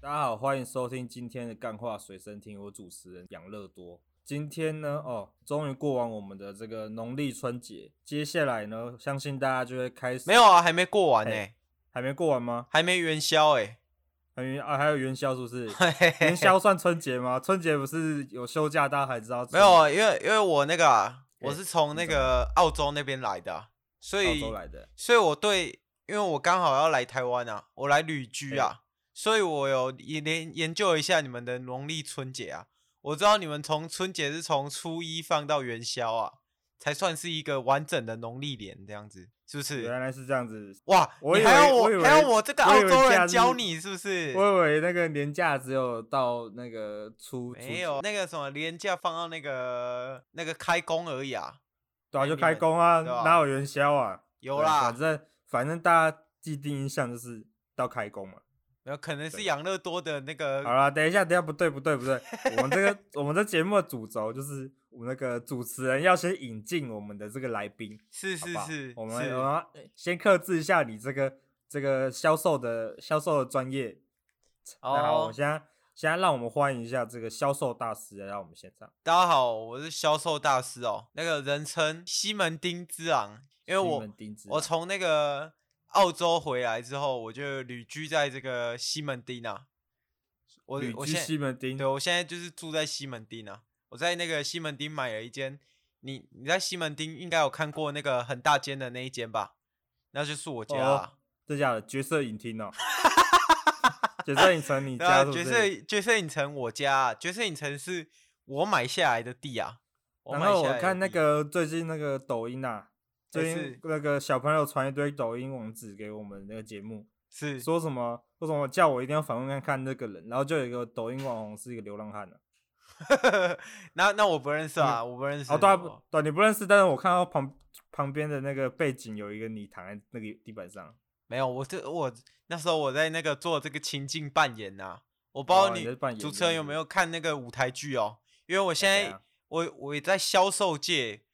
大家好，欢迎收听今天的干话随身听，我主持人养乐多。今天呢，哦，终于过完我们的这个农历春节，接下来呢，相信大家就会开始没有，啊，还没过完呢、哎还没过完吗？还没元宵哎、还没啊，还有元宵是不 是？嘿嘿嘿哎元宵算春节吗？春节不是有休假，大家还知道没有，啊，因为因为我那个、啊、哎我是从那个澳洲那边来的啊、所澳以洲来的，所以我对，因为我刚好要来台湾啊，我来旅居啊，所以我有研研究一下你们的农历春节啊。我知道你们从春节是从初一放到元宵啊，才算是一个完整的农历年这样子，是不是？原来是这样子。哇，啊我你以还要为我我以为还要我这个我澳以为洲假人日教你是不是？我以为那个年假只有到那个初，初没有那个什么廉价放到那个那个开工而已啊，早就开你们工啊，对吧哪有元宵啊？有对啦反，正反正大家既定印象就是到开工嘛。然后可能是对养乐多的那好个，啦，等一下，等一下，不对，不对，不对， 我们这个我们这节目的主轴就是我们那个主持人要先引进我们的这个来宾，是好是不好是，我们是我们要先克制一下你这个这个销售的销售的专业。那好，哦我现在现在让我们欢迎一下这个销售大师来到我们现场。大家好，我是销售大师哦，那个人称西门町之昂，因为西我门町之我狼从那个澳洲回来之后，我就旅居在这个西门町啊，我旅我居现西门町，哦对，我现在就是住在西门町啊，我在那个西门町买了一间，你你在西门町应该有看过那个很大间的那一间吧？那就是我家哦啊，这假的角色影 厅哦，角色影城你对家啊是，不角是？色角色影城我家、啊，角色影城是我买下来的地啊。然买后下我来的看那地个最近那个抖音啊，就最近是那个小朋友传一堆抖音网址给我们那个节目，是说什么说什么叫我一定要访问看看那个人，然后就有一个抖音网红是一个流浪汉的、 那那我不认识啊，我不认识。哦对啊不对，你不认识，但是我看到旁旁边的那个背景有一个你躺在那个地板上，没有，我这我那时候我在那个做这个情境扮演呐、我不知道哦你在扮演主持人有没有看那个舞台剧哦，因为我现怎在样我我也在销售界，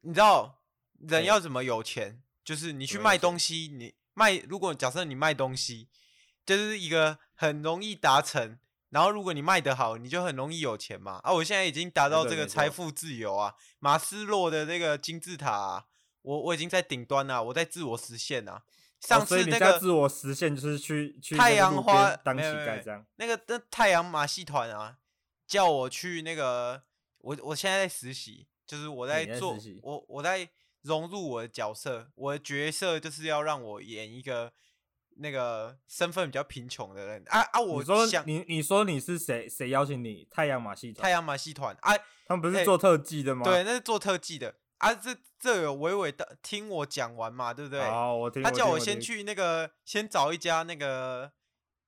你知道人要怎么有钱，就是你去怎么有卖钱东西，你卖如果假设你卖东西，就是一个很容易达成，然后如果你卖得好，你就很容易有钱嘛。啊，我现在已经达没到这错个没错财富自由啊，马斯洛的那个金字塔、啊，我我已经在顶端啊了、我在自我实现啊。上哦所次以你那在个、自我实现就是去去太那个阳路花边当乞没有没有没丐有这样，那个那太阳马戏团啊，叫我去那个，我我现在在实习，就是我在你在做实习，我我在融入我的角色，我的角色就是要让我演一个那个身份比较贫穷的人啊啊！我你说想你你说你是谁谁邀请你太阳马戏团太？阳马戏团啊，他们不是哎做特技的吗？对，那是做特技的啊，这这有娓娓的听我讲完嘛，对不对？好，哦我听他叫听我我先听去那个，先找一家那个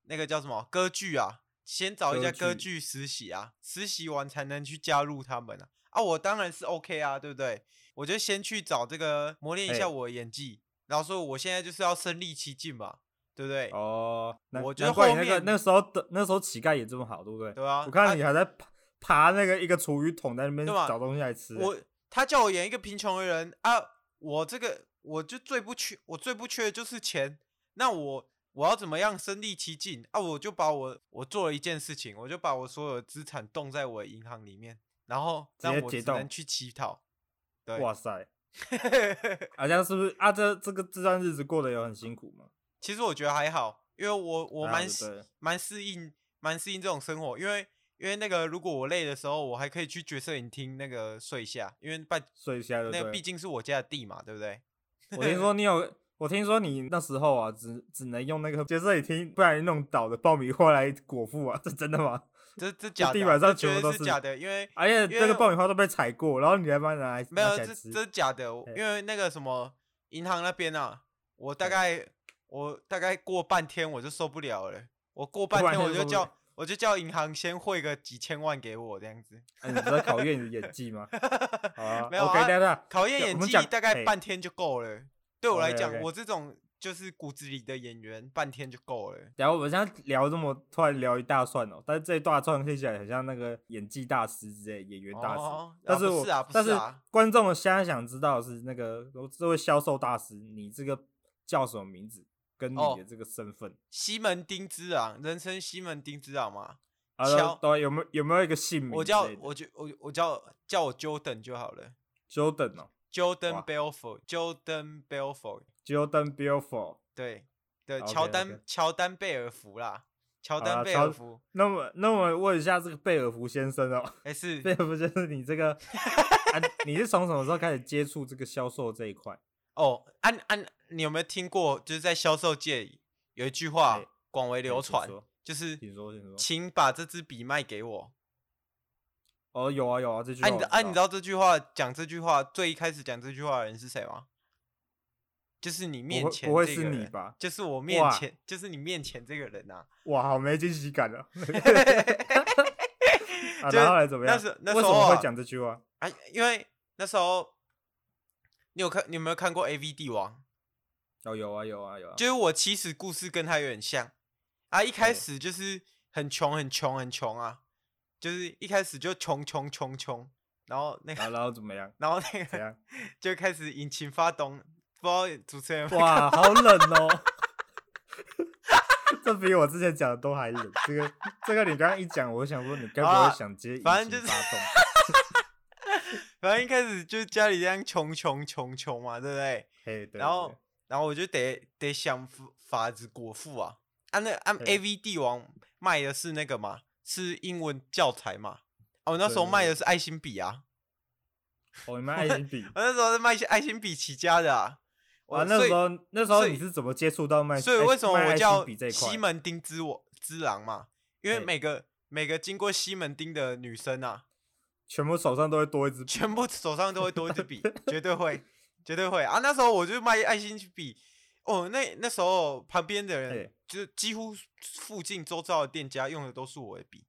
那个叫什么歌剧啊，先找一家歌歌剧剧实习啊，实习完才能去加入他们啊。啊，我当然是 OK 啊，对不对？我就先去找这个磨练一哎下我的演技，然后说我现在就是要身临其境嘛，对不对？哦。难我觉难得怪你后那个面那时候的那时候乞丐也这么好，对不对？对啊我看啊到你还在爬爬那个一个厨余桶，在那边对嘛找东西来吃。欸我他叫我演一个贫穷的人啊，我这个我就最不缺，我最不缺的就是钱。那我我要怎么样身临其境啊？我就把我我做了一件事情，我就把我所有的资产冻在我的银行里面，然后直接让我解只冻能去乞讨。 对，哇塞，啊，这样是不是啊？这这个这段日子过得有很辛苦吗？其实我觉得还好，因为我我还好蛮就适啊对了蛮适应蛮适应这种生活，因为因为那个如果我累的时候，我还可以去角色影厅那个睡一下，因为半睡一下就那对个了毕。竟是我家的地嘛，对不对？我听说你有，我听说你那时候啊，只只能用那个角色里听，不然弄倒的爆米花来果腹啊，这真的吗？ 这这假的啊，地板这上绝全对部都是是假的，因为而且因这个为爆米花都被踩过，然后你还把它拿来没拿有起来这吃这是假的，哎因为那个什么银行那边啊，我大哎概我大概过半天我就受不了了，我过半半天天我就受就不了叫我就叫银行先汇个几千万给我这样子，哎，你在考验你的演 技吗？好啊没有，OK，啊等等，考验对演我们技讲大概嘿半天就够了。对我来讲 OK，OK 我这种就是骨子里的演员，半天就够了。然啊后我们现在聊这么突然聊一大串哦，但是这一大串听起来很像那个演技大师之类演员大师，哦但啊是不我、是啊不但是是啊观众现在想知道的是那个哦这位销售大师，你这个叫什么名字，跟你哦的这个身份，西门町之昂，人称西门町之昂嘛。啊，乔都都有没有有没有一个姓名之类我叫我的？就我我叫叫我 Jordan 就好了 Jordan 哦哇，Jordan Belfort，Jordan Belfort， ，Jordan Belfort。对对， OK，乔 OK 丹乔丹贝尔福啦，乔丹啊贝乔尔福，那么，那我问一下这个贝尔福先生哦， 哎是贝尔福先生，你 这个啊，你是从什么时候开始接触这个销售这一块？哦，安安，你有没有听过？就是在销售界有一句话哎广为流哎请传说，就是请说，请说。请把这支笔卖给我。哦，有啊有啊，这句话哎，你我知知道。哎，你知道这句话讲这句话最一开始讲这句话的人是谁吗？就是你面会前不会这是个你人吧就是我面哇前，就是你面前这个人啊呐、哇，好没惊喜感 啊！ 啊，就然后来怎么那样？时那为时什候么啊会讲这句话？啊！因为那时候你有看，你有没有看过《A V 帝王》？哦，有啊有啊有啊，就是我其实故事跟他有点像啊，一开始就是很穷很穷很穷啊，就是一开始就穷穷穷穷，然后那个、啊，然后怎 么样？然后那怎个样？就开始引擎发动，不知道主持人有没有哇，好冷哦！ 这比我之前讲的都还冷。这个这个，你刚刚一讲，我想说你该不好啦啊会想接引反正擎就是发动？ 反正一开始就家里这样穷穷穷穷嘛，对不对？嘿，对。然后对然后我就得得想法法子果腹啊，啊那啊对 A V 帝王卖的是那个嘛，是英文教材嘛，哦、我那时候对对卖对的是爱心笔啊，哦，你们爱心笔我那时候是卖一些爱心笔起家的啊。 我啊，那所以时候那时候所以你是怎么接触到卖？所以为什么卖我爱心叫笔这一块西？门町之我之狼嘛？因为嘿每个每个经过西门町的女生啊，全部手上都会多一支笔。全部手上都会多一支笔，绝对会，绝对会啊！那时候我就卖爱心笔，哦，那那时候旁边的人嘿就几乎附近周遭的店家用的都是我的笔，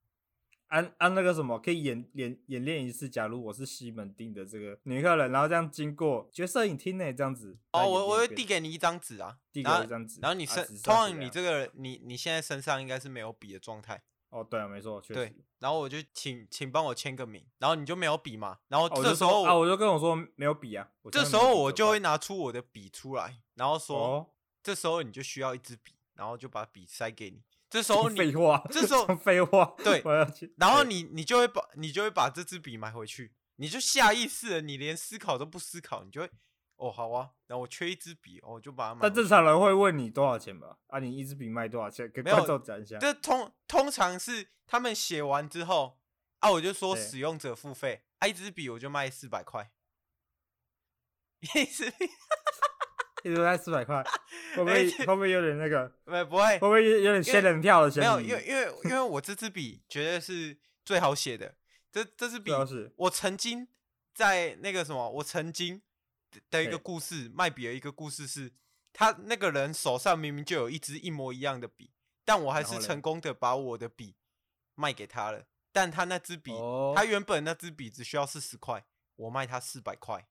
按按那个什么，可以演演演练一次。假如我是西门町的这个女客人，然后这样经过，觉得摄影厅内这样子。然哦，后演我我练会一遍递给你一张纸啊，递给然我后一张纸，然后你啊身、纸通上写常你啊这个你你现在身上应该是没有笔的状态。哦对啊，没错，确对实。，然后我就请请帮我签个名，然后你就没有笔嘛，然后哦这我就时说候啊，我就跟我说没有笔啊。我这现时在没有候笔我怎么就会办拿出我的笔出来，然后说，哦，这时候你就需要一支笔，然后就把笔塞给你。这 时这候个废你，话，这时候这个废话，对我要去。然后对你你就会把你就会把这支笔买回去，你就下意识的，你连思考都不思考，你就会，哦，好啊，然后我缺一支笔，哦，我就把它买回但去。正常人会问你多少钱吧？啊，你一支笔卖多少钱？给没有观众讲一下。这通通常是他们写完之后，啊，我就说对使用者付费，啊，一支笔我就卖四百块，一支笔，一支卖四 百块，会不会哎会不会有点那个？不不会会，不会有有点仙人跳哦的嫌没有，疑因为因为因为我这支笔绝对是最好写的，这这支笔最好写我曾经在那个什么，我曾经的的一个嘿故事，卖笔的一个故事是，他那个人手上明明就有一支一模一样的笔，但我还然是后嘞成功的把我的笔卖给他了，但他那支笔，哦他原本那支笔只需要四十块，我卖他四百块，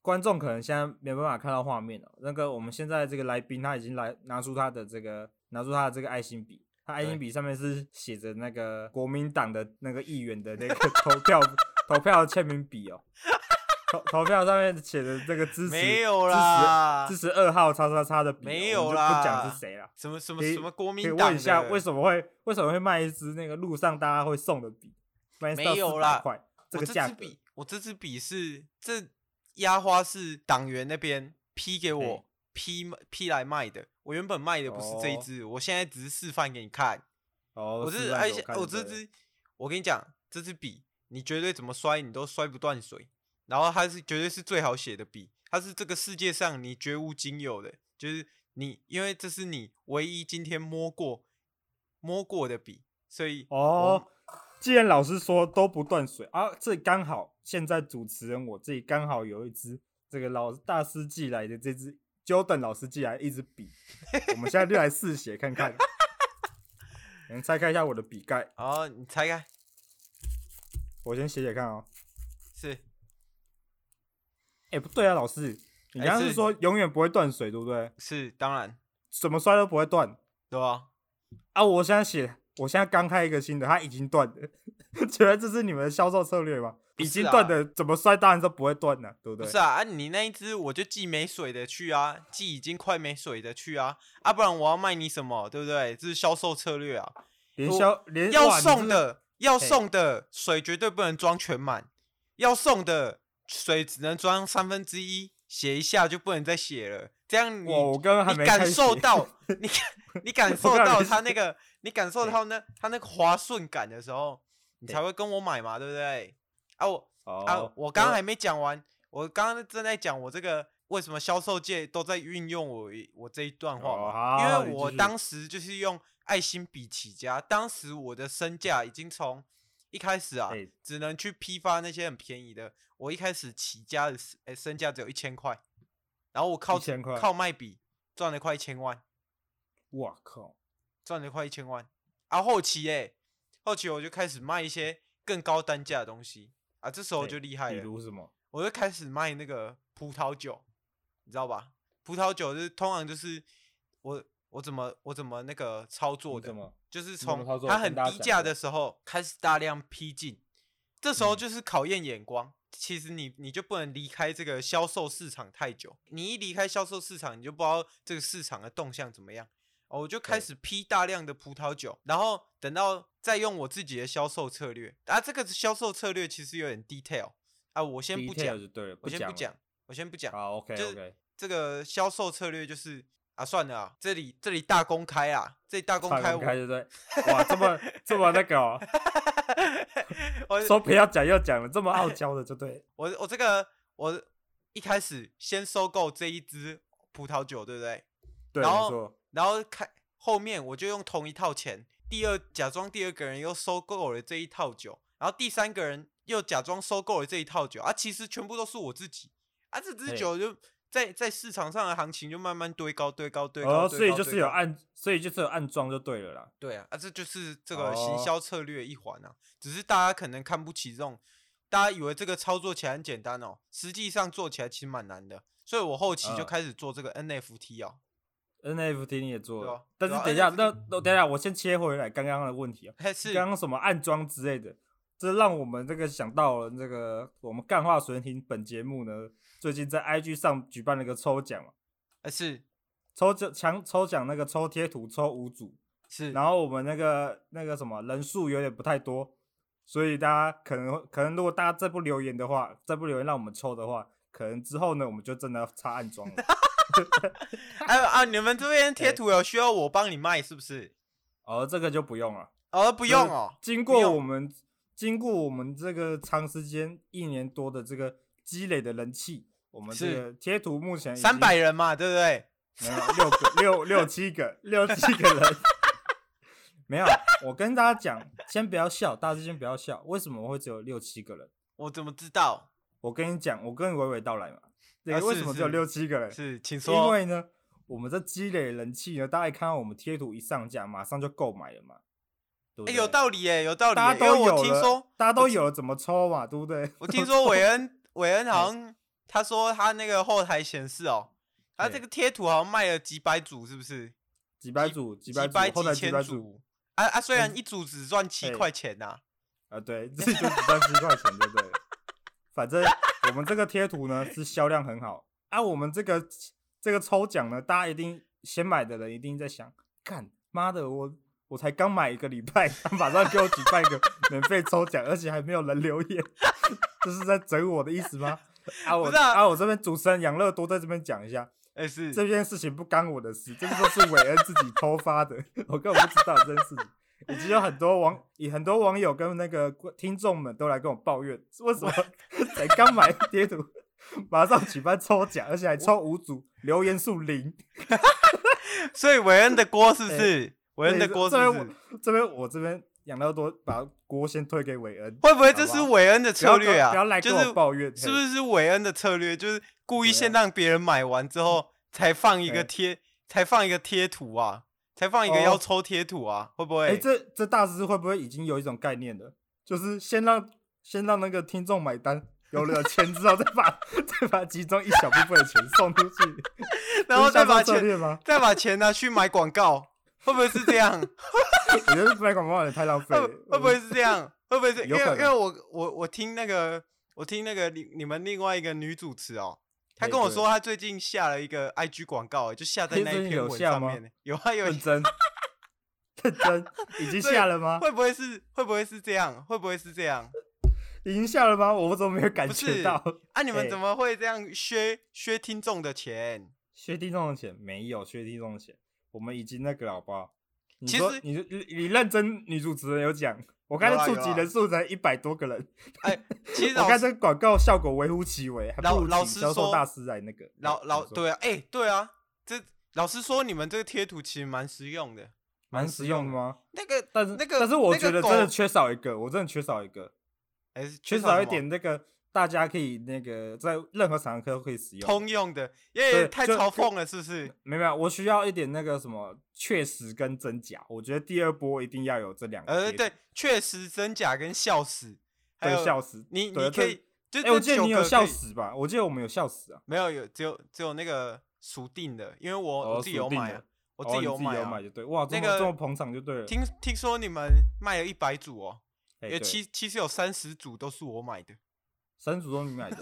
观众可能现在没办法看到画面哦。那个我们现在这个来宾他已经来拿出他的这个拿出他的这个爱心笔，他爱对心笔上面是写着那个国民党的那个议员的那个投票投票签名笔哦。投投票上面写的这个支持没有啦支持支持二号叉叉叉的笔哦，没有我们啦就不讲是谁啦。什么什么可以什么国民可以党问的，一下为什么会为什么会卖一支那个路上大家会送的笔，卖没到有400啦块这我个这价支格笔，我这支笔是这压花是党员那边批给我嘿批卖批来卖的。我原本卖的不是这一哦支，我现在只是示范给你看。哦，我这示支，范而给且看我就这对了支，我跟你讲，这支笔你绝对怎么摔你都摔不断水。然后它是绝对是最好写的笔，它是这个世界上你绝无仅有的，就是你因为这是你唯一今天摸过摸过的笔，所以我哦，既然老师说都不断水啊，这刚好现在主持人我自己刚好有一支这个老大师寄来的这支 Jordan 老师寄来的一支笔，我们现在就来试写看看。你们拆开一下我的笔盖，好，你拆开，我先写写看哦。是哎、不对啊，老师，你哎刚刚是是说永远不会断水，对不对？是，当然，怎么摔都不会断对吧？啊！我现在写，我现在刚开一个新的，它已经断了， 觉得这是你们的销售策略吗？不已是经啊断的，怎么摔当然都不会断了、对不不对？是啊，啊，你那一只我就寄没水的去啊，寄已经快没水的去啊，啊，不然我要卖你什么，对不对？这是销售策略啊，连我销连要哎哇你送这个的要嘿送的水绝对不能装全满，要送的水只能装三分之一，写一下就不能再写了，这样你哇，我刚刚还你没感开始 受到，你感你感受刚才到没它写那 个，你感受到那它那个滑顺感的时候，你对才会跟我买嘛，对不对？啊我哦啊我刚刚还没讲完，我刚刚正在讲我这个为什么销售界都在运用我一我这一段话哦嘛，好因你为继我续当时就是用爱心笔起家，当时我的身价已经从一开始啊哎，只能去批发那些很便宜的。我一开始起家的时哎身价只有一千块，然后我靠1000块靠卖笔赚了快一千万，哇靠，赚了快一千万。啊，后期哎、后期我就开始卖一些更高单价的东西啊，这时候对就厉害比了，如什么？我就开始卖那个葡萄酒，你知道吧？葡萄酒就是通常就是我我怎么我怎么那个操作你的怎，么？就是怎么从操作它跟很大家低讲价一的下时候开始大量批进，这时候嗯就是考验眼光。其实你你就不能离开这个销售市场太久，你一离开销售市场，你就不知道这个市场的动向怎么样。哦，我就开对始批大量的葡萄酒，然后等到再用我自己的销售策略啊，这个销售策略其实有点 detail 啊，我先不 Detail 讲，就对了，我先不了。讲，我先不讲。好，OK 就是 OK，这个销售策略就是啊，算了啊，这里这里大公开啊，这里大公开放我，开对 不对？哇，这么这么那个哦，我 说不要讲要讲了，这么傲娇的就对。我我这个我一开始先收购这一支葡萄酒，对不对？对，然没后错，然后开后面我就用同一套钱，第二假装第二个人又收购了这一套酒，然后第三个人又假装收购了这一套酒啊，其实全部都是我自己啊，这支嘿酒就在在市场上的行情就慢慢堆高堆高堆高，哦，堆所以高就堆是有高暗，所以就是有暗装就对了啦。对啊，啊，这就是这个哦行销策略一环啊。只是大家可能看不起这种，大家以为这个操作起来很简单哦，实际上做起来其实蛮难的。所以我后期就嗯开始做这个 NFT 哦。 NFT 你也做对了啊，但是对啊等一下， NFT 那那等一下，我先切回来刚刚的问题啊，嘿，是刚刚什么暗装之类的，这让我们这个想到了这个我们干话水亭本节目呢，最近在 IG 上举办了一个抽奖嘛，呃是抽奖强抽奖那个抽贴图抽五组，是，然后我们那个那个什么人数有点不太多，所以大家可能会可能如果大家再不留言的话，再不留言让我们抽的话，可能之后呢我们就真的要插暗装了。 还有啊，你们这边贴哎图有需要我帮你卖是不是？哦，这个就不用了。哦，不用哦，经不过用我们经过我们这个长时间一年多的这个积累的人气，我们这是个贴图目前已经三百人嘛，对不对？没有六个六六七个六七个人， 没有。我跟大家讲，先不要笑，大家先不要笑。为什么会只有六七个人？我怎么知道？我跟你讲，我跟娓娓道来嘛。对，啊为是什么只有是六七个人？是，请因说。为呢，我们这积累人气呢，大家一看到我们贴图一上架，马上就购买了嘛。对不哎，对有道理耶，有道理大耶，家因都为有我听了说大家都有了怎么抽嘛，对不对？我听说韦 恩，韦恩好嗯像他说他那个后台显示哦，他这嘿个贴图好像卖了几百组，是不是？几百组，几百组，百后来几几百千组，组。啊啊！虽然嗯一组只赚七嘿块钱呐、啊，对， 这就只赚七块钱，对不对？反正我们这个贴图呢是销量很好啊，我们这个这个抽奖呢，大家一定先买的人一定在想，干妈的我。我才刚买一个礼拜，他马上给我举办一个免费抽奖，而且还没有人留言， 这是在整我的意思吗？啊我不是啊我这边主持人养乐多在这边讲一下，哎、是这件事情不干我的事，这都是韦恩自己偷发的， 我根本不知道这件事情。以及有很多网，以很多网友跟那个观听众们都来跟我抱怨，为什么才刚买贴图，马上举办抽奖，而且还抽五组，留言数零。所以韦恩的锅是不哎是？韦、恩的对锅是不这边是？我这边我这边养乐多把锅先推给韦恩，会不会这好是不好韦恩的不要策略跟啊？不要来跟就我是抱怨，是不是是韦恩的策略？就是故意对啊嗯先让别人买完之后，才放一个嘿贴，才放一个贴图啊？才放一个哦要抽贴图啊，会不哎、会？这这大师会不会已经有一种概念了？就是先让先让那个听众买单，有了钱之后再把 再把其中一小部分的钱送出去，然后这再是下把周策钱略吗？再把钱拿去买广告，会不会是这 样？我觉得卖广告也太浪费会了。会不会是这样？会不会是？因嗯有为可因能为我我我听那个我听那个你你们另外一个女主持哦，她哎跟我对说她最近下了一个 IG 广告，就下在哎那最一近篇有文下上 吗面。有啊有 认，真？认真？已经对下了吗？会不会是会不会是这样？会不会是这样？已经下了吗？我怎么没有感不觉是到？啊，你们哎怎么会这样削削听众的钱？薛定中的钱没有，薛定中的钱，我们已经那个了，好不好？你其说实你你你认真，女主持人有讲，我刚有才啊触有及啊人数才一百多个人，其实我老看师这广告效果微乎其微，还老不如老请实销售说大师来那个老老，哎对啊，哎、对啊，这老实说，你们这个贴图其实蛮实用的。蛮蛮实实用用的的吗？那个但是那个但是我那觉个得真的狗缺少一个，我真的缺少一个，还是缺少少什一么点那个大家可以那个在任何场合都可以使用。通用的，因对为太就嗯嘲讽了，是不是？没有没有，我需要一点那个什么确实跟真假，我觉得第二波一定要有这两个呃，贴图，对，确实真假跟笑死，还有对，笑死，你对你可这以，就哎、这我记得九你有个笑可以，死吧？我记得我们有笑死啊，没有有只有只有那个属定的，因为我哦我自己属有定买的哦啊，我我自己有买、买有啊。就对，哇，这那么、这个么捧场就对了，听听说你们卖了一百组哦，哎、有对其其实有三十组都是我买的，三组都 你买的，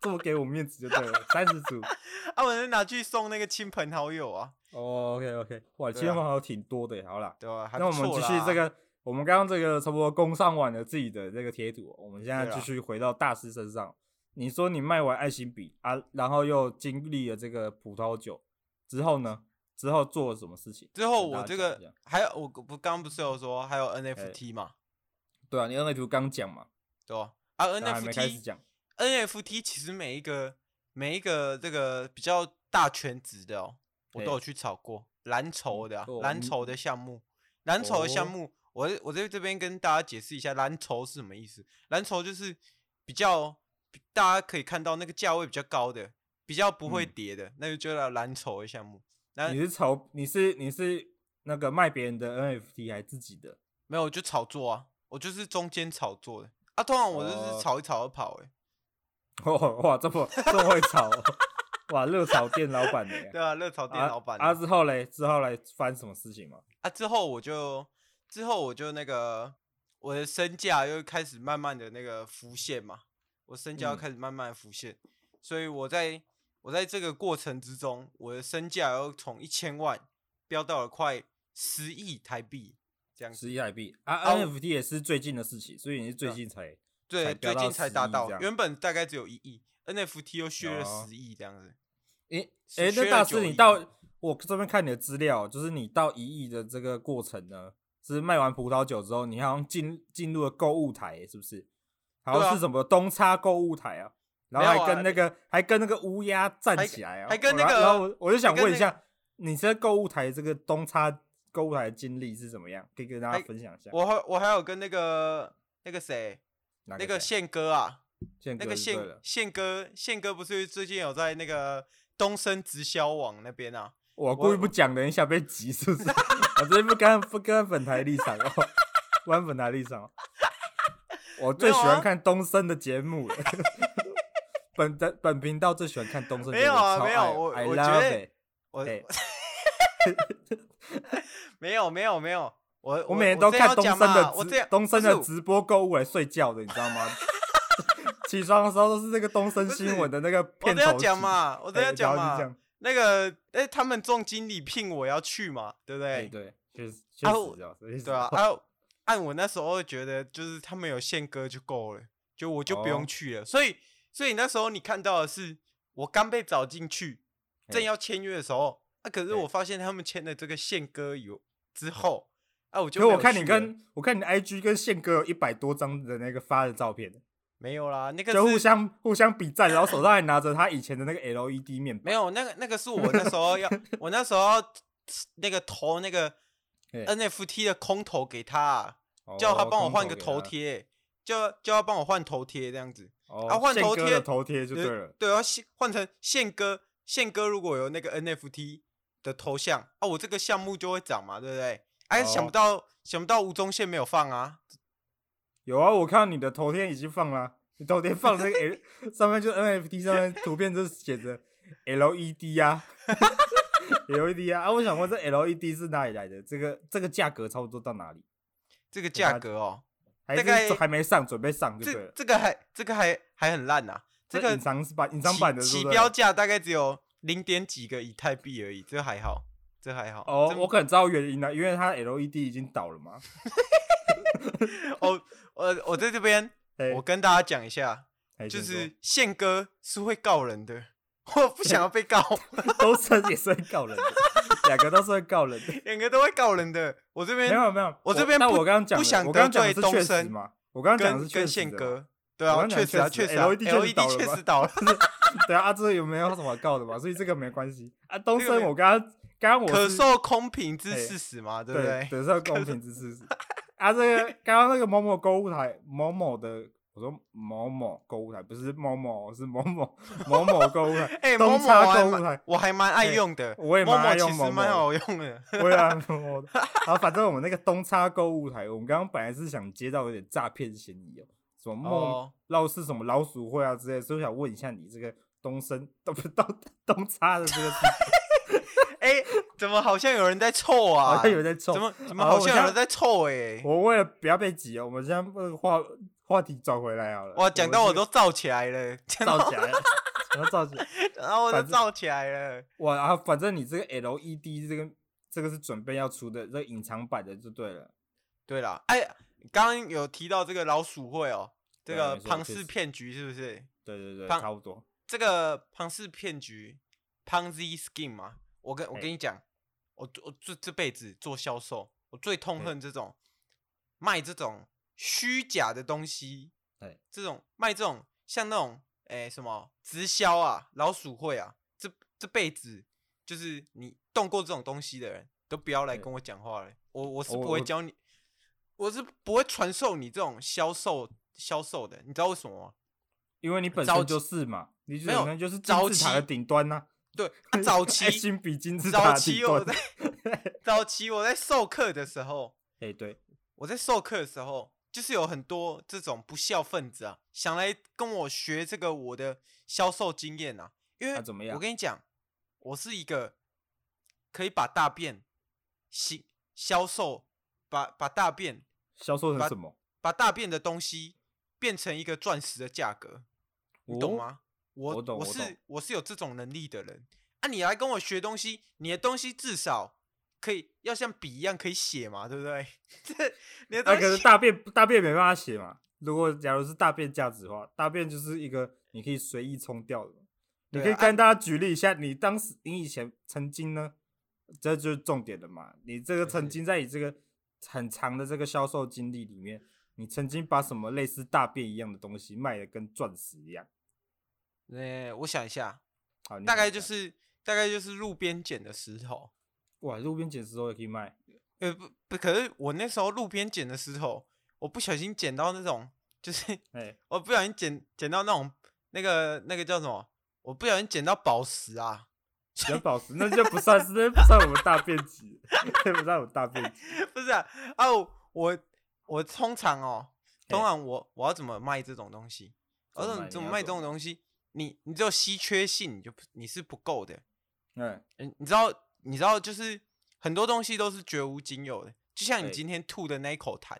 这么给我面子就对了，三十组。啊，我是拿去送那个亲朋好友啊，哦、o k OK，哇，今对天啊好像挺多的耶，好啦，对吧？还那不我们错继续啦这个，我们刚刚这个差不多攻上完了自己的这个贴图，我们现在对啊继续回到大师身上。你说你卖完爱心笔啊，然后又经历了这个葡萄酒之后呢？之后做了什么事情？之后跟大我家这讲一个下哎还有我不刚刚不是有说还有 NFT 嘛，对啊，你 N A 图刚讲嘛，对吧？啊然后还没开始，NFT 讲。 NFT 其实每一个每一个这个比较大圈子的哦，我都有嘿去炒过蓝筹的、啊哦，蓝你筹的项目，蓝筹的项哦目，我在我在这边跟大家解释一下蓝筹是什么意思。蓝筹就是比较比大家可以看到那个价位比较高的，比较不会嗯跌的，那就叫蓝筹的项目。那你是炒，你是你是那个卖别人的 NFT 还是自己的？ 没有我就炒作啊，我就是中间炒作的啊。通常我就哦是炒一炒就跑、欸，哇哇，这么这么会炒哦、 哇，热炒店老板呢、对啊，热炒店老板、啊啊之后嘞，之后嘞，发生什么事情嘛？啊，之后我就之后我就那个我的身价又开始慢慢的那个浮现嘛，我身价又嗯开始慢慢的浮现，所以我在我在这个过程之中，我的身价又从一千万飙到了快十亿台币这样子，十亿台币啊啊我啊，NFT 也是最近的事情，所以你是最近才对，最飙到近才10达亿到这，样原本大概只有一亿，NFT 又削了哦十亿这样子，诶是诶，削那了大9师你亿到我这边看你的资料，就是你到一亿的这个过程呢，是卖完葡萄酒之后，你好像进进入了购物台耶，是不是？好对像啊是什么东差购物台啊，然后没有还啊跟那个、还跟那个乌鸦站还起来啊，还跟我那然后然后个我我就想还跟问一那个下，你在购物台这个东差购物台的经历是怎么样？可以跟大家还分享一下。哎我还我还有跟那个那个谁哪那个谁宪哥啊，宪那哥个就对宪了宪哥，宪哥不是最近有在那个东升直销网那边啊？我故意不讲的，你想被急是 不是？我这边不跟不跟本台立场哦，不跟本台立场哦。我最喜啊欢看东升的节目了， 本的本频道最喜欢看东升的节目。没有啊超爱没有哦我 I 我 love 觉得 it 我对没有没有没有，我我每天都看东升的我这直样东升的不是直播购物来睡觉的，你知道吗？ 起床的时候都是那个东升新闻的那个我片这样头讲曲，嘛， 我这哎样讲然后就这嘛样，那个哎，他们总经理聘我要去嘛，对不哎对？对，确实确啊实我是啊确实对啊，是啊，按我那时候觉得，就是他们有宪哥就够了，就我就不哦用去了。所以，所以那时候你看到的是我刚被找进去，正嘿要签约的时候，啊，可是嘿我发现他们签了这个宪哥有之后，啊，我就可没我有看你去了跟我看你的 IG 跟宪哥有一百多张的那个发的照片，没有啦，那个就是互相互相比赞，然后手上还拿着他以前的那个 LED 面板。没有那个那个是我那时 候要我那时候要那个投那个嘿 NFT 的空投给他啊，叫哦他帮我换个头，贴，叫叫他帮我换头贴这样子。哦、啊换宪头哥贴的头贴就对了。对啊，现换成宪哥，宪哥如果有那个 NFT，的头像啊，我这个项目就会涨嘛，对不对？哎、哦想不到想不到吴宗宪没有放啊，有啊，我看到你的头贴已经放了，你头贴放那个 L 上面就 NFT 上面图片就是写着 LED 啊 ，LED 啊啊！我想问这 LED 是哪里来的？这个这个价格差不多到哪里？这个价格哦，还大概是还没上，准备上就对这了。这个还这个还还很烂呐、这个隐藏版隐藏版的起是起不是标价大概只有零点几个以太币而已，这还好，这还好。哦这，我可能知道原因了，因为它 LED 已经倒了嘛。哦，我我在这边，哎我跟大家讲一下，哎就先是宪哥是会告人的，我不想要被 告，说都是 也是会告人的，两个都是会告人的。两个都会告人的。我这没边有没有，我这边但不我刚刚讲的，不想我刚刚讲的得是罪确东实升嘛，我刚刚讲的跟是确跟实宪的嘛哥，对我啊，刚讲确实啊，确确实实啊 LED 确实倒了确嘛实倒了。对啊，啊这个有没有什么告的嘛？所以这个没关系啊。东这个升，没我刚刚刚 刚我可是受公平之哎事实嘛，对不对对？得受公平之事实啊。这个刚刚那个某某购物台某某的，我说某某购物台不是某某，是某某某某购物台，哎，某东某差还购物蛮台，我还蛮爱哎用的，我也某蛮爱某用其某实某蛮的好用的。 哦对啊，我的。好，反正我们那个东差购物台，我们刚刚本来是想接到有点诈骗嫌疑哦，什么梦哦老是什么老鼠会啊之类的，所以我想问一下你这个东升 东东东差的这个事情，哎，怎么好像有人在凑啊？好像有人在 冲。怎么怎么好好我像现有在人在凑哎？我为了不要被挤哦，我们现在把这个话话题转回来好了。哇，讲到我都们燥起来了，这讲到个造假了，讲到造假。讲到我都反正燥起来了。哇啊，反正你这个 LED 这个这个是准备要出的，这个隐藏版的就对了。对啦，哎，刚刚有提到这个老鼠会哦，这对啊个没错庞确氏实骗局是不是？对对对，胖差不多。这个庞氏骗局 （Ponzi scheme） 嘛，我跟我嘿跟你讲，我我这这辈子做销售，我最痛嘿恨这种卖这种虚假的东西，对，这种卖这种像那种哎、什么直销啊、老鼠会啊，这这辈子就是你动过这种东西的人，都不要来对跟我讲话了，我我是我不会我教你，我是不会传授你这种销售销售的，你知道为什么吗？因为你本早身期就是嘛，你没有本身就是金早字塔的期顶端呐、对， 啊、早爱期心比金字塔早的期哦顶我端在。 哎、早期我在授课的时候，对，我在授课的时候，就是有很多这种不孝分子啊，想来跟我学这个我的销售经验啊，因为、啊怎么样我跟你讲，我是一个可以把大便行销售，把把大便销售成把什么？把大便的东西变成一个钻石的价格，你懂哦吗？我我懂我懂是我是有这种能力的人啊！你来跟我学东西，你的东西至少可以要像笔一样可以写嘛，对不对？ 这你的那、东啊可是西大便大便没办法写嘛。如果假如是大便价值的话，大便就是一个你可以随意冲掉的。你对可以啊跟大家举例一下，你当时你以前曾经呢，这就是重点了嘛。你这个对曾对经在你这个很长的这个销售经历里面，你曾经把什么类似大便一样的东西卖的跟钻石一样。呃，我想一下，好，嗯你大讲概一就下是大概就是路边捡的石头，哇，路边捡石头也可以卖。呃不不，可是我那时候路边捡的石头，我不小心捡到那种就是 哎、我不小心捡捡到那种那个那个叫什么？我不小心捡到宝石啊！ 捡宝石那就不算是，那就不算我们大便集， 那不算我们大便集。 不是啊，啊我我我通常哦，通嘿常我我要怎么卖这种东西？我怎说么卖你怎你么要卖这怎种么东西？你你只有稀缺性，你就不你是不够的。嗯，嗯，你知道你知道就是很多东西都是绝无仅有的，就像你对今天吐的那一口痰，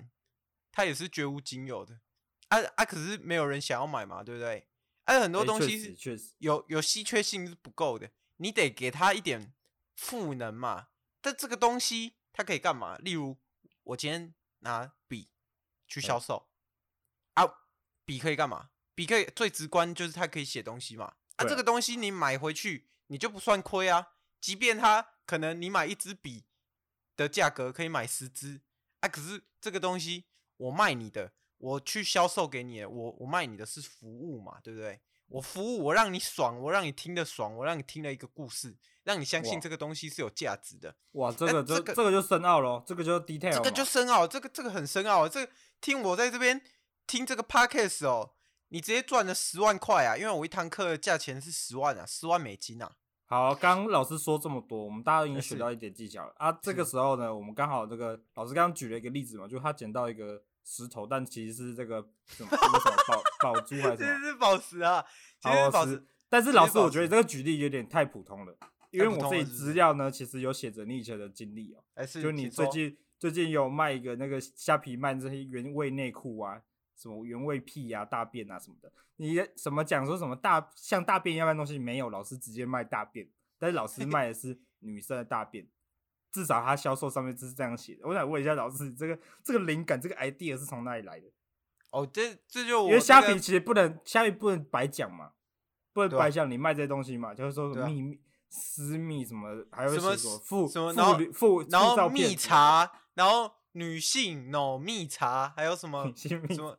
它也是绝无仅有的。啊啊，可是没有人想要买嘛，对不对？啊，很多哎东确西实是确实，有有稀缺性是不够的，你得给他一点赋能嘛。但这个东西它可以干嘛？例如，我今天拿笔去销售、啊，笔可以干嘛？笔可以最直观就是它可以写东西嘛。啊，对这个东西你买回去你就不算亏啊，即便它可能你买一支笔的价格可以买十支啊，可是这个东西我卖你的，我去销售给你的，我我卖你的是服务嘛，对不对？我服务，我让你爽，我让你听得爽，我让你听了一个故事，让你相信哇这个东西是有价值的。哇，这哎个这就个这个就深奥咯，这个就 detail，这个嘛就深奥，这个这个很深奥。这个听我在这边听这个 podcast 哦，你直接赚了十万块啊！因为我一堂课的价钱是十万啊，十万美金啊。好，刚刚老师说这么多，我们大家哎已经学到一点技巧了啊。这个时候呢，我们刚好这个老师刚刚举了一个例子嘛，就是他捡到一个石头，但其实是这个 什么那个什么宝宝珠还这是 什么是宝石啊，其实是宝好宝石石。。但是这老是师，宝我觉得石这个举例有点太普通了，因为普我通自己了是不资料呢，其实有写着你以前的经历哦、还哎是就你请最说近最近有卖一个那个虾皮卖这些原味内裤啊，什么原味屁啊、大便啊什么的，你的什么讲说什么大像大便一样的东西没有，老师直接卖大便，但是老师卖的是女生的大便，至少他销售上面是这样写的。我想问一下老师，你这个这个灵感这个 idea 是从哪里来的？哦，这这就我因为虾这个皮其实不能，虾皮不能白讲嘛，不能对啊白讲你卖这些东西嘛，就是说对啊秘密、私密什么，还有什么写么附什么附然后旅附然附照后片蜜什么的茶，然后女性 no 蜜茶，还有什 么新密什么？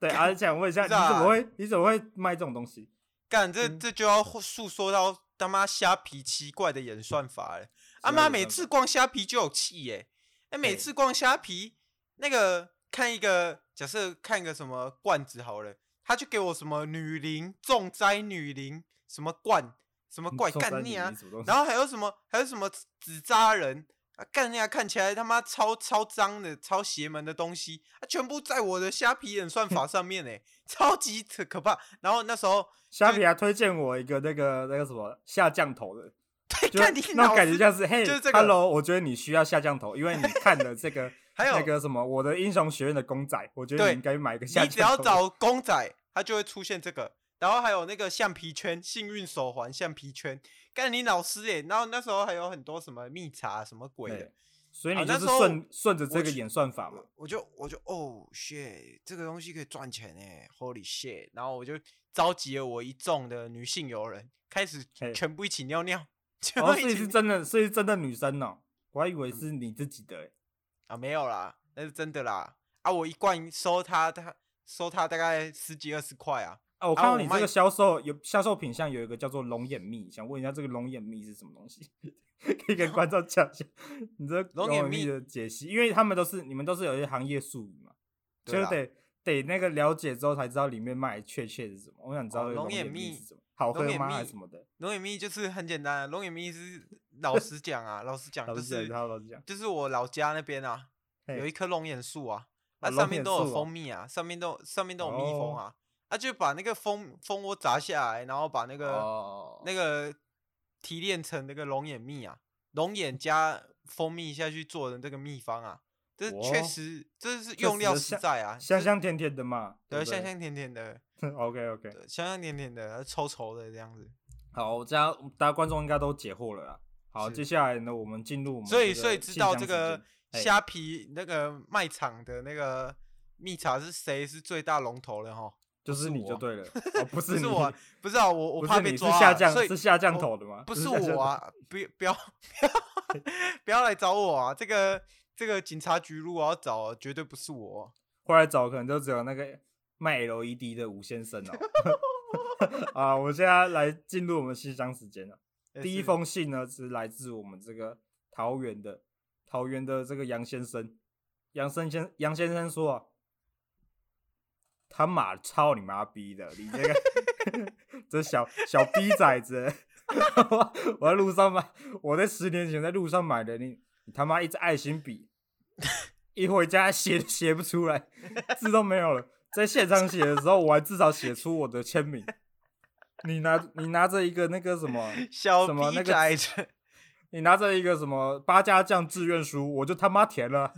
对，而且想问一下，不你是啊怎么会你怎么会卖这种东西？干这嗯这就要诉说到他妈虾皮奇怪的演算法了。阿奇啊妈怪的演每算次逛虾皮就有气耶、哎、每对次逛虾皮，那个看一个假设看个什么罐子好了，他就给我什么女灵重灾女灵什么罐什么怪送干餐你礼啊仪，什么东西然后还有什么还有什么纸扎人啊，干人家看起来他妈超超脏的、超邪门的东西，啊，全部在我的虾皮演算法上面呢、 超级可可怕。然后那时候虾皮还推荐我一个那个那个什么下降头的， 对，就看你那老种感师觉像是嘿就是这个，Hello，我觉得你需要下降头，因为你看了这个 还有那个什么我的英雄学院的公仔，我觉得对你应该买一个下你只降要头。找公仔，它就会出现这个。然后还有那个橡皮圈、幸运手环、橡皮圈，干你老师耶、然后那时候还有很多什么蜜茶什么鬼的对，所以啊你那就是时候顺顺着这我个去演算 法嘛，我就我就哦 shit，这个东西可以赚钱哎，Holy shit！然后我就召集了我一众的女性友人，开始嘿全部一起尿尿，全然部后一哦所以起是尿真的，所以是真的女生哦，我还以为是你自己的欸，啊没有啦，那是真的啦啊！我一罐收他，他收他大概十几二十块啊，啊，我啊看到我你卖这个销售有销售品项有一个叫做龙眼蜜，想问一下这个龙眼蜜是什么东西？ 可以跟观众讲一下你这龙龙眼眼蜜蜜的解析，因为他们都是你们都是有一些行业术语嘛，对就是啦得得那个了解之后才知道里面卖的确切是什么。我想知哦道这个龙龙眼眼蜜蜜是什么，好龙喝眼吗蜜还是什么的？龙眼蜜就是很简单啊，龙眼蜜是 老实讲啊，老实讲老就师讲，是他老师讲，就是我老家那边啊，嘿有一棵龙眼树啊，哦啊龙上面眼都有树哦蜂蜜啊，上面都有上面都有蜜蜂哦啊，啊就把那个蜂蜂窝砸下来，然后把那个、哦那个提炼成那个龙眼蜜啊，龙嗯眼加蜂蜜下去做的这个秘方啊，这确哦实、这是确用实料的实香在啊，香这香甜甜的欸嘛，对不香香甜甜的， OK OK，对香香甜甜的，稠稠的这样子。好，我家大家观众应该都解惑了啦。好，是接下来呢，我们进入我们所以这个所以知信道箱这时间个嘿虾皮那个卖场的那个蜜茶是谁是最大龙头了哈？就是你就我对了，哦、不不是是你， 我啊，不是啊，我我不怕是被你是抓啊，下降所以是下降我头的吗？不是是下降我 啊，不要不要 不要来找我啊！这个这个警察局如果要找，绝对不是我。头，后来找可能就只有那个卖 LED 的吴先生哦。 啊，我现在来进入我们信箱时间了。哦呃第一是封信呢是来自我们这个桃园的桃园的这个杨先生，杨先生杨先生说、啊，他妈操你妈逼的，你这个 这小小逼崽子， 我我在路上买，我在十年前在路上买的，你你他妈一支爱心笔，一回家写都写不出来，字都没有了。在现场写的时候，我还至少写出我的签名。你拿你拿着一个那个什么 小什么那逼个崽子，你拿着一个什么八家将志愿书，我就他妈填了，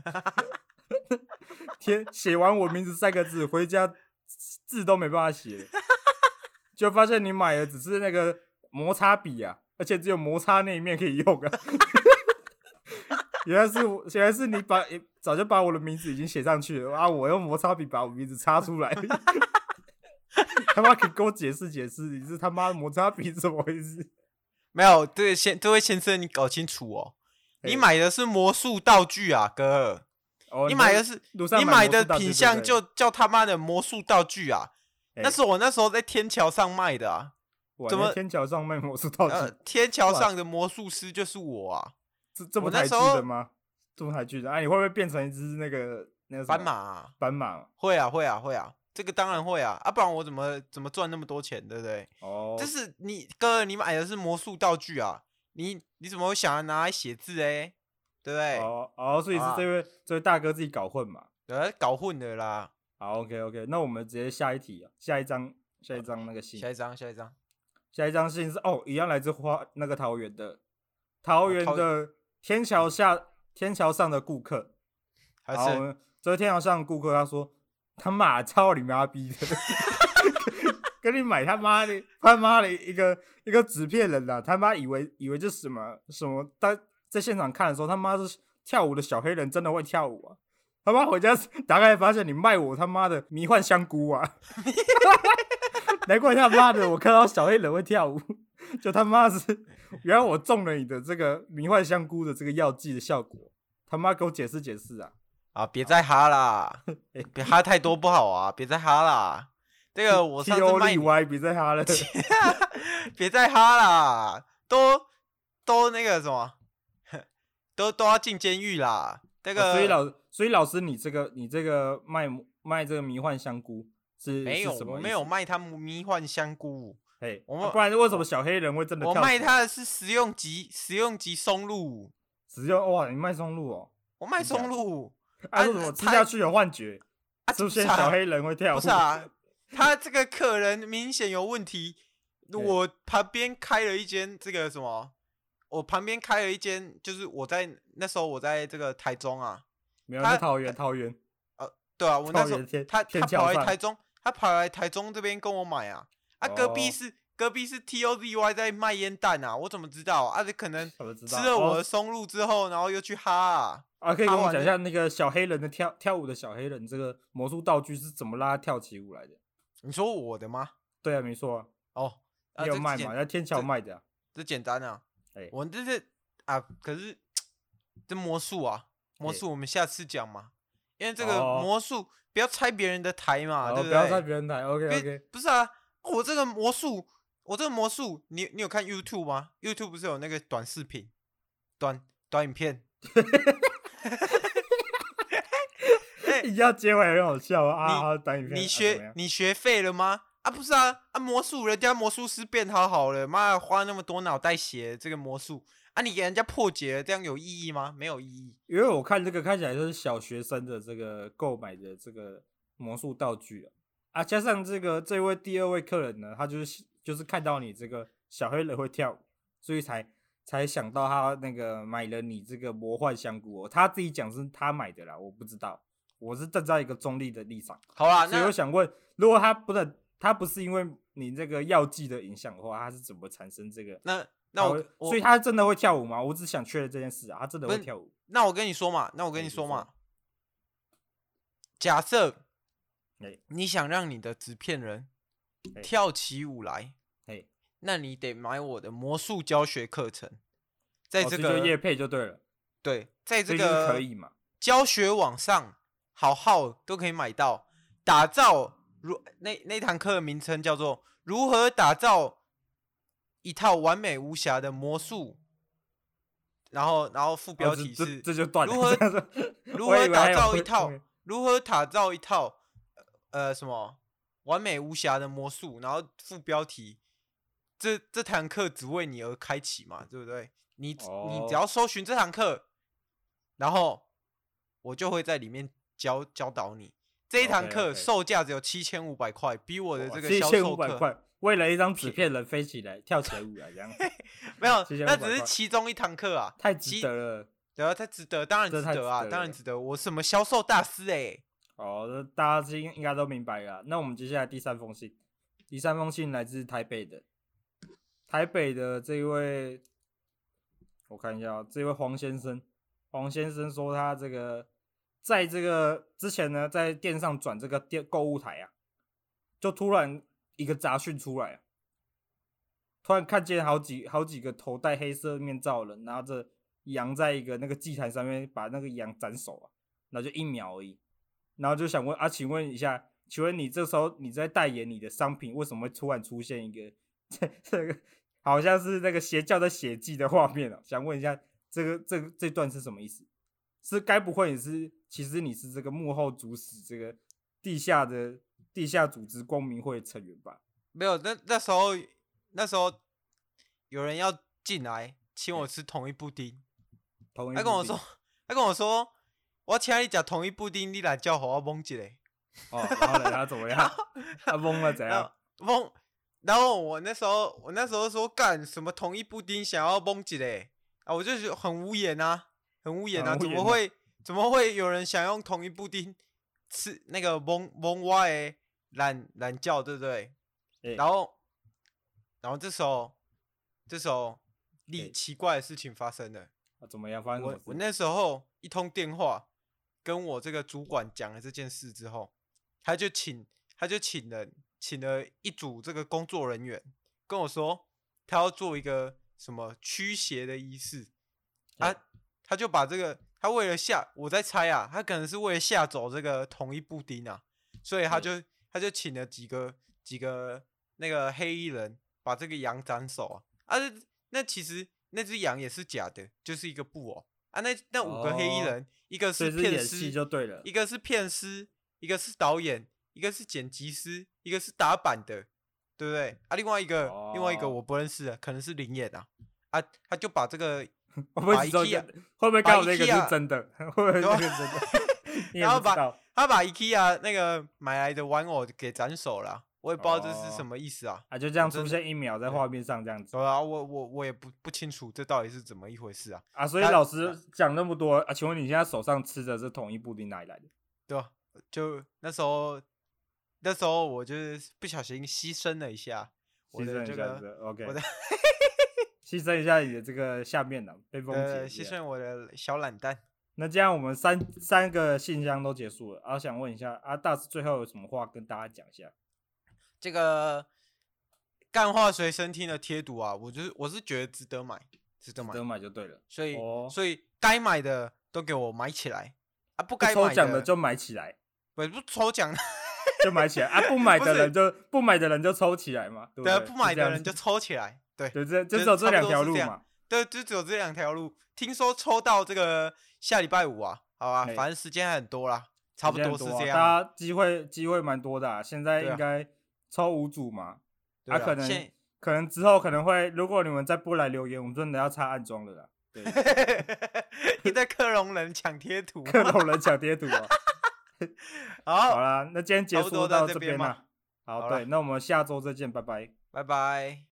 填写完我名字三个字，回家字都没办法写，就发现你买的只是那个摩擦笔啊，而且只有摩擦那一面可以用啊。原来是我，原来是你把早就把我的名字已经写上去了啊！我用摩擦笔把我名字擦出来，他妈可以给我解释解释，你是他妈摩擦笔是怎么回事？没有这位先这位先生，你搞清楚哦，你嘿买的是魔术道具啊，哥儿。哦你买就的是路上你买买魔的术道具品对相不对就叫他妈的魔术道具啊！那哎是我那时候在天桥上卖的啊，哇怎你在么天桥上卖魔术道具？呃，天桥哇上的魔术师就是我啊，这这我么那台时剧候的吗？这么台剧的？啊，你会不会变成一只那个那个什么斑马？啊，斑马会啊会啊会啊，这个当然会啊，啊，不然我怎么怎么赚那么多钱，对不对？哦，就是你哥，你买的是魔术道具啊，你你怎么会想要拿来写字哎？对不对？哦哦，所以是啊这位、这位大哥自己搞混嘛？呃，搞混的啦。好，OK OK，那我们直接下一题啊，下一张下一张那个信下，一张，下一张。下一张信是哦，一样来自花那个桃园的，桃园哦桃的天桥下天桥上的顾客，还好，我是们这位天桥上的顾客他说他妈操你妈逼的， 跟你买他妈的他妈的一个一个纸片人呐、他妈以为以为这什么什么，他在现场看的时候他妈是跳舞的小黑人，真的会跳舞啊。他妈回家 打开发现你卖我他妈的迷幻香 菇啊！难怪他妈的我看到小黑人会跳舞，就他妈是原来我中了你的这个迷幻香菇的这个药剂的效果，他妈给我解释解释啊！啊，别再哈啦哎，别哈太多不好啊，别再哈啦。这个我 T 上次 O 卖例你，歪比赛哈了， 别再哈啦，都都那个什么， 都都要进监狱啦。这个、哦所以老所以老师你这个你这个卖卖这个迷幻香菇是没有，是什么我意思？没有卖他迷幻香菇，嘿，我们啊不然为什么小黑人会真的我跳卖起他的是食用级食用级松露，只用哇你卖松露哦，我卖真假松露，啊啊为什么吃猜下去有幻觉？啊出现不是啊小黑人会跳舞？不是啊，他这个客人明显有问题。我旁边开了一间这个什么，我旁边开了一间，就是我在那时候我在这个台中啊，没有，他是桃园桃园对啊，我那时草候原天他天他桥跑来上台中，他跑来台中这边跟我买啊，啊隔壁哦是、隔壁是 T O Z Y 在卖烟弹啊，我怎么知道啊？啊这可能怎么知吃道？了我哦的松露之后，然后又去哈啊。啊，可以跟他我玩讲一的下那个小黑人的跳跳舞的小黑人这个魔术道具是怎么拉他跳起舞来的？你说我的吗？对啊，没错啊，哦，啊、你有这卖简嘛，在天桥这卖的啊。这简单啊，哎我这是啊，可是这魔术啊，魔哎术我们下次讲嘛，因为这个哦魔术不要拆别人的台嘛，啊好对不要对？在别人台，OK 别 OK。不是啊，我这个魔术，我这个魔术，你你有看 YouTube 吗？YouTube 不是有那个短视频、短短影片？ 一定要结尾很好笑啊！你啊好短影片，你啊怎么学样你学废了吗？啊，不是啊，啊魔术人家魔术师变好好了，妈的花那么多脑袋写这个魔术啊，你给人家破解了，这样有意义吗？没有意义。因为我看这个看起来就是小学生的这个购买的这个魔术道具啊，啊，加上这个这位第二位客人呢，他就是就是看到你这个小黑人会跳舞，所以才才想到他那个买了你这个魔幻香菇、哦，他自己讲是他买的啦，我不知道，我是站在一个中立的立场，啊好啦，所以那我想问，如果他不能，他不是因为你这个药剂的影响的话，他是怎么产生这个？那那他我会我所以他真的会跳舞吗？我只想确认这件事啊，他真的不会是跳舞。那我跟你说嘛，那我哎跟你你说说嘛，假设哎你想让你的纸片人哎跳起舞来，嘿，那你得买我的魔术教学课程，在哦这所以就业个配就对了，对，在所这以就是个可以嘛？教学网上好好都可以买到。打造如那那堂课的名称叫做“如何打造一套完美无瑕的魔术”，然后然后副标哦这题这是这就断了。如何这样子 如我以何为打还有造会一套嗯如何打造一套呃什么完美无瑕的魔术，然后副标题这这堂课只为你而开启嘛，对不对？你只你哦只要搜寻这堂课，然后我就会在里面教教导你。这一堂课 OK，OK 售价只有七千五百块，比我的这个七销千售五百课块，为 了一张纸片人飞起来跳起来舞来啊这样，没有， 7500那只是块其中一堂课啊，太其值得了。对啊，它值得，当然这值太值得啊，得当然了值得。我什么销售大师哎、哦，那大家应应该都明白了啊。那我们接下来第三封信，第三封信来自台北的，台北的这一位，我看一下、啊，这位黄先生，黄先生说他这个在这个之前呢，在店上转这个店购物台啊，就突然一个杂讯出来、啊，突然看见好几好几个头戴黑色面罩的人拿着羊在一个那个祭坛上面把那个羊斩首啊，然后就一秒而已。然后就想问啊，请问一下，请问你这时候你在代言你的商品，为什么会突然出现一个 这这个好像是那个邪教的血迹的画面哦？想问一下，这个这个这段是什么意思？是该不会你是其实你是这个幕后主使这个地下的地下组织光明会成员吧？没有，那那时候那时候有人要进来请我吃同一布丁，嗯同一他跟我部电说，他跟我说，我请你吃同一布丁，你来叫我蒙一个。影哦，然后呢，他怎 么样？他懵了怎然样后？蒙，然后我那时候我那时候说干什么同一布丁想要蒙一个啊，我就觉得很无言啊，很无言啊，很无怎么言啊会怎么会有人想用同一布丁吃那个蒙蒙我的懒懒觉，对不对？哎然后然后这时候这时候哎厉奇怪的事情发生了，啊怎么样？发生什我么我事？那时候一通电话跟我这个主管讲了这件事之后，他就请他就请了请了一组这个工作人员跟我说，他要做一个什么驱邪的仪式，对啊，他就把这个他为了吓我在猜啊，他可能是为了吓走这个同一布丁啊，所以他就他就请了几个几个那个黑衣人把这个羊斩首啊，啊那那其实那只羊也是假的，就是一个布偶啊，那那五个黑衣哦人，一个所是以是骗演师戏就对了一。个是片师，一个是导演，一个是剪辑师，一个是打板的，对不对？啊，另外一个、另外一个哦我不认识的，可能是林演啊，啊，他就把这个，会不会把只知道一 IKEA- 个会不会刚好把那个 IKEA- 是真的？ 会不会那个是真的？你也然后不知把道。他把 IKEA 那个买来的玩偶给斩首了啊、我也不知道这是哦什么意思啊。啊，就这样真出的现一秒在画面上这样子对啊，我我我也不不清楚这到底是怎么一回事啊，啊，所以但老师讲那么多啊，请问你现在手上吃的是统一布丁哪里来的？对吧、就那时候那时候我就是不小心牺牲了一下我牺的牲一这下个是不是，OK，我的 牺牲一下你的这个下面呢被封呃起牺。牲我的小懒蛋。那这样我们三三个信箱都结束了，啊，想问一下啊，大师最后有什么话跟大家讲一下？这个干话随身听的贴图啊，我就是我是觉得值得买，值得买，得买就对了，所以、哦所以该买的都给我买起来啊，不该不抽买奖的就买起来，不不抽奖的，就买起来啊， 不买不的是人就不买的人就抽起来嘛，对不对啊，对？不是买这的样人就子抽起来，对对，这就就只有这差不两多条是路这样嘛。对，就只有这两条路。听说抽到这个下礼拜五啊，好吧，哎反正时间还很多啦，差不时间多很是多啊这样啊。大家机会机会蛮多的、啊，现在对啊应该抽五组嘛，对啊啊，可能现可能之后可能会，如果你们再不来留言，我们真的要插暗装了啦。 对，你在克隆人抢贴图，各种人抢贴图 啊。好好，啦，那今天结差不束多到到这这边边嘛啦。好，好对啦，那我们下周再见，拜拜。拜拜。